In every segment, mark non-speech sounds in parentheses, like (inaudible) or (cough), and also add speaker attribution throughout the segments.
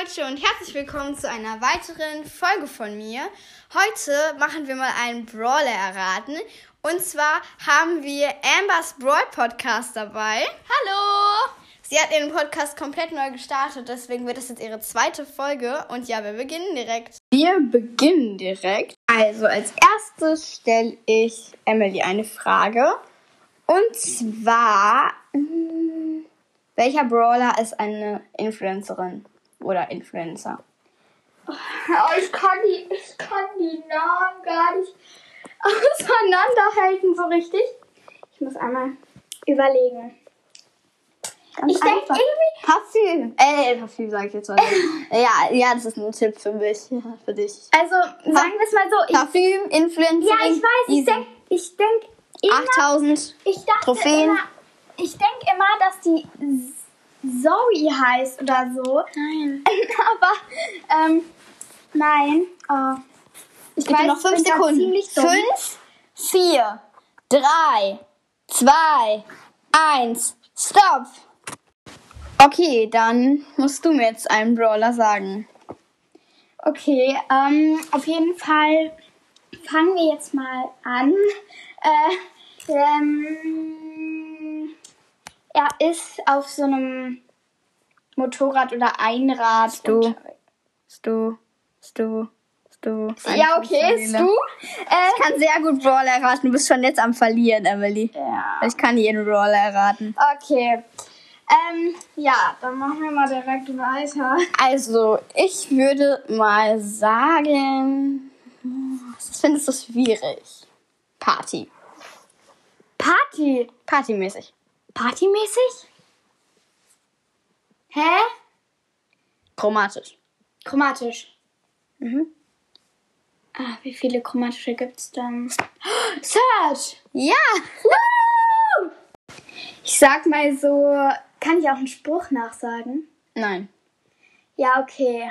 Speaker 1: Leute und herzlich willkommen zu einer weiteren Folge von mir. Heute machen wir mal einen Brawler erraten. Und zwar haben wir Ambers Brawl Podcast dabei.
Speaker 2: Hallo!
Speaker 1: Sie hat ihren Podcast komplett neu gestartet, deswegen wird das jetzt ihre zweite Folge. Und ja, wir beginnen direkt. Wir beginnen direkt. Also als erstes stelle ich Emily eine Frage. Und zwar, mm, welcher Brawler ist eine Influencerin oder Influencer? (laughs)
Speaker 2: Oh, ich, kann die, ich kann die Namen gar nicht auseinanderhalten so richtig. Ich muss einmal überlegen.
Speaker 1: Ganz
Speaker 2: Ich denke irgendwie,
Speaker 1: Parfüm. Äh, Parfüm sage ich jetzt
Speaker 2: (laughs)
Speaker 1: mal. ja, ja, das ist ein Tipp für mich. (laughs) Ja, für dich.
Speaker 2: also sagen wir es mal so. Ich,
Speaker 1: Parfüm, Influencer.
Speaker 2: ja, ich weiß, ich denke ich denk immer,
Speaker 1: 8000.
Speaker 2: ich dachte
Speaker 1: Trophäen.
Speaker 2: immer, ich denke immer, dass die Zoe heißt oder so.
Speaker 1: Nein.
Speaker 2: (laughs) Aber, ähm, nein. Oh. Ich
Speaker 1: Bitte noch
Speaker 2: ich
Speaker 1: 5
Speaker 2: bin da
Speaker 1: Sekunden.
Speaker 2: ziemlich dumm.
Speaker 1: 5, 4, 3, 2, 1. Stopp! Okay, dann musst du mir jetzt einen Brawler sagen.
Speaker 2: Okay, ähm, auf jeden Fall fangen wir jetzt mal an. Äh, ähm, er ist auf so einem Motorrad oder Einrad.
Speaker 1: Du.
Speaker 2: und-
Speaker 1: Stu, Stu, Stu. ne?
Speaker 2: Ja, okay, ist du. Äh,
Speaker 1: Ich kann sehr gut Brawler erraten. Du bist schon jetzt am Verlieren, Emily.
Speaker 2: Ja.
Speaker 1: Ich kann jeden Brawler erraten.
Speaker 2: Okay. Ähm, ja, dann machen wir mal direkt weiter.
Speaker 1: Also, ich würde mal sagen, ich finde es so schwierig. Party.
Speaker 2: Party.
Speaker 1: Partymäßig.
Speaker 2: Partymäßig? Hä?
Speaker 1: Chromatisch.
Speaker 2: Chromatisch.
Speaker 1: Mhm.
Speaker 2: Ah, wie viele chromatische gibt's dann? (gasps) Search!
Speaker 1: Ja!
Speaker 2: Ich sag mal so, kann ich auch einen Spruch nachsagen?
Speaker 1: (laughs) Nein.
Speaker 2: Ja, okay.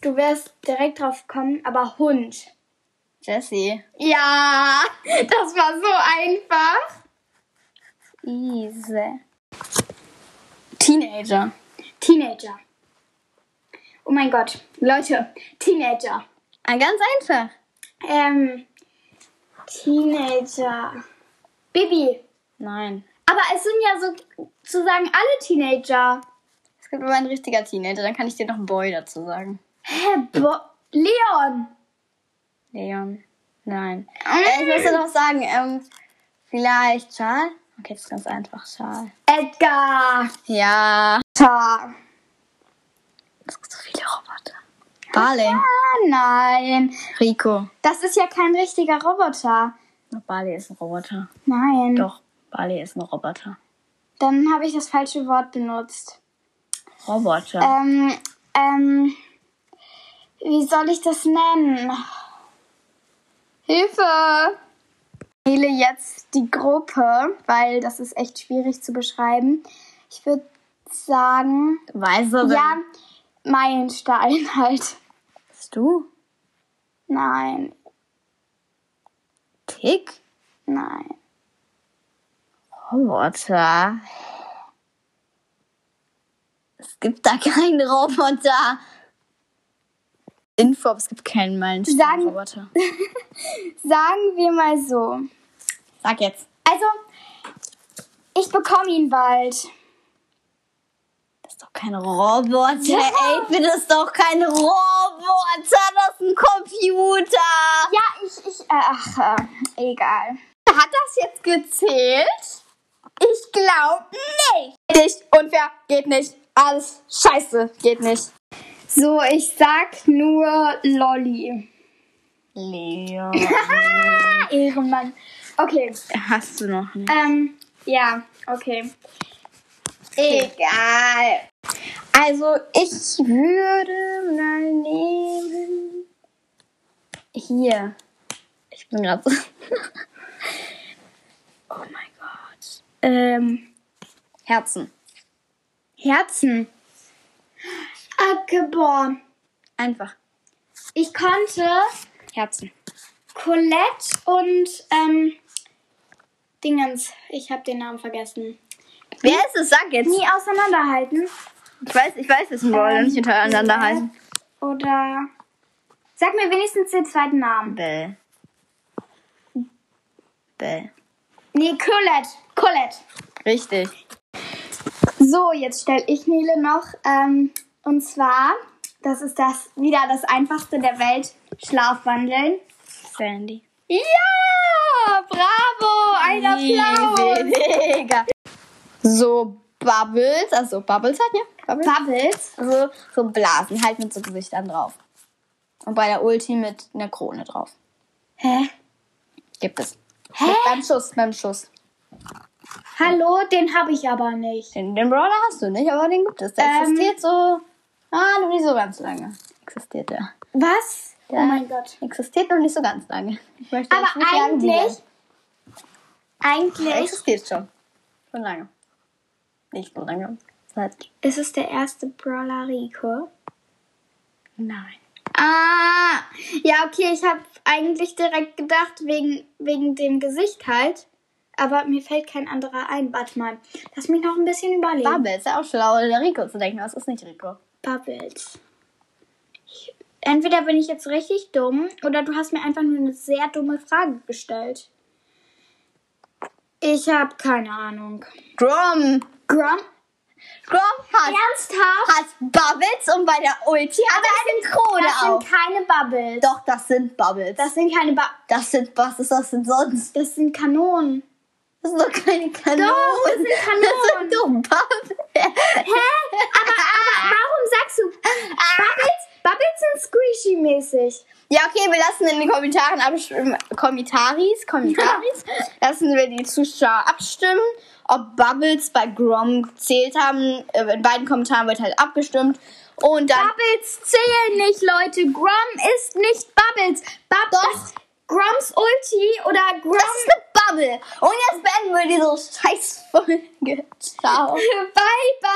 Speaker 2: Du wirst direkt drauf kommen, aber Hund.
Speaker 1: Jessie.
Speaker 2: Ja, das war so einfach.
Speaker 1: Easy. Teenager.
Speaker 2: Teenager. Oh mein Gott, Leute, Teenager.
Speaker 1: Ah, ganz einfach.
Speaker 2: Ähm, Teenager. Baby.
Speaker 1: Nein.
Speaker 2: Aber es sind ja so, sozusagen alle Teenager.
Speaker 1: Es gibt aber ein richtiger Teenager, dann kann ich dir noch Boy dazu sagen.
Speaker 2: Hä, Bo Leon.
Speaker 1: Leon. Nein. Äh, ich müsste noch sagen, ähm, vielleicht Schal. Okay, das ist ganz einfach. Schal.
Speaker 2: Edgar.
Speaker 1: Ja.
Speaker 2: Tag.
Speaker 1: Es gibt so viele Roboter. Barley.
Speaker 2: Ah, nein.
Speaker 1: Rico.
Speaker 2: Das ist ja kein richtiger Roboter.
Speaker 1: Barley ist ein Roboter.
Speaker 2: Nein.
Speaker 1: Doch, Barley ist ein Roboter.
Speaker 2: Dann habe ich das falsche Wort benutzt.
Speaker 1: Roboter.
Speaker 2: Ähm, ähm, wie soll ich das nennen? Hilfe! Ich wähle jetzt die Gruppe, weil das ist echt schwierig zu beschreiben. Ich würde sagen,
Speaker 1: Weißerin.
Speaker 2: ja, Meilenstein (laughs) halt.
Speaker 1: Bist du?
Speaker 2: Nein,
Speaker 1: Tick?
Speaker 2: nein.
Speaker 1: Roboter. Es gibt da keinen Roboter. Info, aber es gibt keinen
Speaker 2: Sagen-
Speaker 1: Meilenstein-Roboter.
Speaker 2: Sagen wir mal so.
Speaker 1: Sag jetzt.
Speaker 2: Also, ich bekomme ihn bald.
Speaker 1: Das ist doch kein Roboter, ey. Ich finde das ist doch kein Roboter. Das ist ein Computer.
Speaker 2: Ja, ich, ich, äh, ach, äh, egal.
Speaker 1: Hat das jetzt gezählt? Ich glaube nicht. Nicht unfair, geht nicht. Alles scheiße, geht nicht.
Speaker 2: So, ich sag nur Lolly.
Speaker 1: (laughs) Leo.
Speaker 2: Ah, Ehrenmann. Okay,
Speaker 1: Hast du noch nicht?
Speaker 2: ähm, ja, okay.
Speaker 1: Egal. Also, ich würde mal
Speaker 2: ne-
Speaker 1: nehmen. Hier. Ich bin gerade so. (laughs) oh mein Gott.
Speaker 2: Ähm,
Speaker 1: Herzen.
Speaker 2: Herzen. Okay, boah.
Speaker 1: Einfach.
Speaker 2: Ich konnte
Speaker 1: Herzen.
Speaker 2: Colette und, ähm, Dingens. Ich habe den Namen vergessen.
Speaker 1: Wer ist es? Sag jetzt.
Speaker 2: Nie auseinanderhalten.
Speaker 1: Ich weiß, ich weiß, dass Roll nicht untereinander heißen.
Speaker 2: Oder. Sag mir wenigstens den zweiten Namen.
Speaker 1: Bell. Bell.
Speaker 2: Nee, Colette. Colette.
Speaker 1: Richtig.
Speaker 2: So, jetzt stelle ich Nele noch. Ähm, und zwar, das ist das wieder das einfachste der Welt: Schlafwandeln.
Speaker 1: Sandy.
Speaker 2: Ja! Bravo! Ein Applaus!
Speaker 1: Mega. So Bubbles, also Bubbles halt, ja? Bubbles.
Speaker 2: Bubbles.
Speaker 1: Also so Blasen halt mit so Gesichtern drauf. Und bei der Ulti mit einer Krone drauf.
Speaker 2: Hä?
Speaker 1: Gibt es. Mit- Beim Schuss, beim Schuss.
Speaker 2: Hallo, den habe ich aber nicht.
Speaker 1: Den, den Brawler hast du nicht, aber den gibt es. Der
Speaker 2: Ähm.
Speaker 1: existiert so. Ah, noch nicht so ganz lange. Existiert der.
Speaker 2: Was?
Speaker 1: Ja.
Speaker 2: Oh mein Gott.
Speaker 1: Existiert noch nicht so ganz lange. Ich möchte
Speaker 2: Aber
Speaker 1: jetzt nicht sagen, wie
Speaker 2: eigentlich.
Speaker 1: der- Der
Speaker 2: Eigentlich
Speaker 1: existiert schon. Schon lange. Nicht so lange. Seit.
Speaker 2: ist es der erste Brawler Rico.
Speaker 1: Nein.
Speaker 2: Ah, ja, okay, ich habe eigentlich direkt gedacht, wegen, wegen dem Gesicht halt. Aber mir fällt kein anderer ein. Warte mal, lass mich noch ein bisschen überlegen.
Speaker 1: Bubbles, ja auch schlau, der Rico zu denken, das ist nicht Rico.
Speaker 2: Bubbles. Ich, entweder bin ich jetzt richtig dumm oder du hast mir einfach nur eine sehr dumme Frage gestellt. Ich habe keine Ahnung.
Speaker 1: Grom.
Speaker 2: Grum?
Speaker 1: Grom hat,
Speaker 2: Ernsthaft?
Speaker 1: hat Bubbles und bei der Ulti hat er eine Krone
Speaker 2: Das
Speaker 1: auf.
Speaker 2: sind keine Bubbles.
Speaker 1: Doch, das sind Bubbles.
Speaker 2: Das sind keine ba
Speaker 1: Das sind, was ist das denn sonst?
Speaker 2: Das sind Kanonen.
Speaker 1: Das sind doch keine Kanonen.
Speaker 2: Doch, das sind
Speaker 1: (laughs)
Speaker 2: Kanonen.
Speaker 1: Das sind doch Bubbles.
Speaker 2: (laughs) Warum sagst du Bubbles? Bubbles sind squishy-mäßig.
Speaker 1: Ja, okay, wir lassen in den Kommentaren abstimmen. Kommentaris,
Speaker 2: (laughs)
Speaker 1: Kommentaris. lassen wir die Zuschauer abstimmen, ob Bubbles bei Grom gezählt haben. Äh, In beiden Kommentaren wird halt abgestimmt. Und dann.
Speaker 2: Bubbles zählen nicht, Leute. Grom ist nicht Bubbles. Bubbles. Groms Ulti oder Grom.
Speaker 1: das ist
Speaker 2: (laughs)
Speaker 1: eine Bubble. Und jetzt beenden wir diese scheiß Folge. Ciao.
Speaker 2: Bye, bye.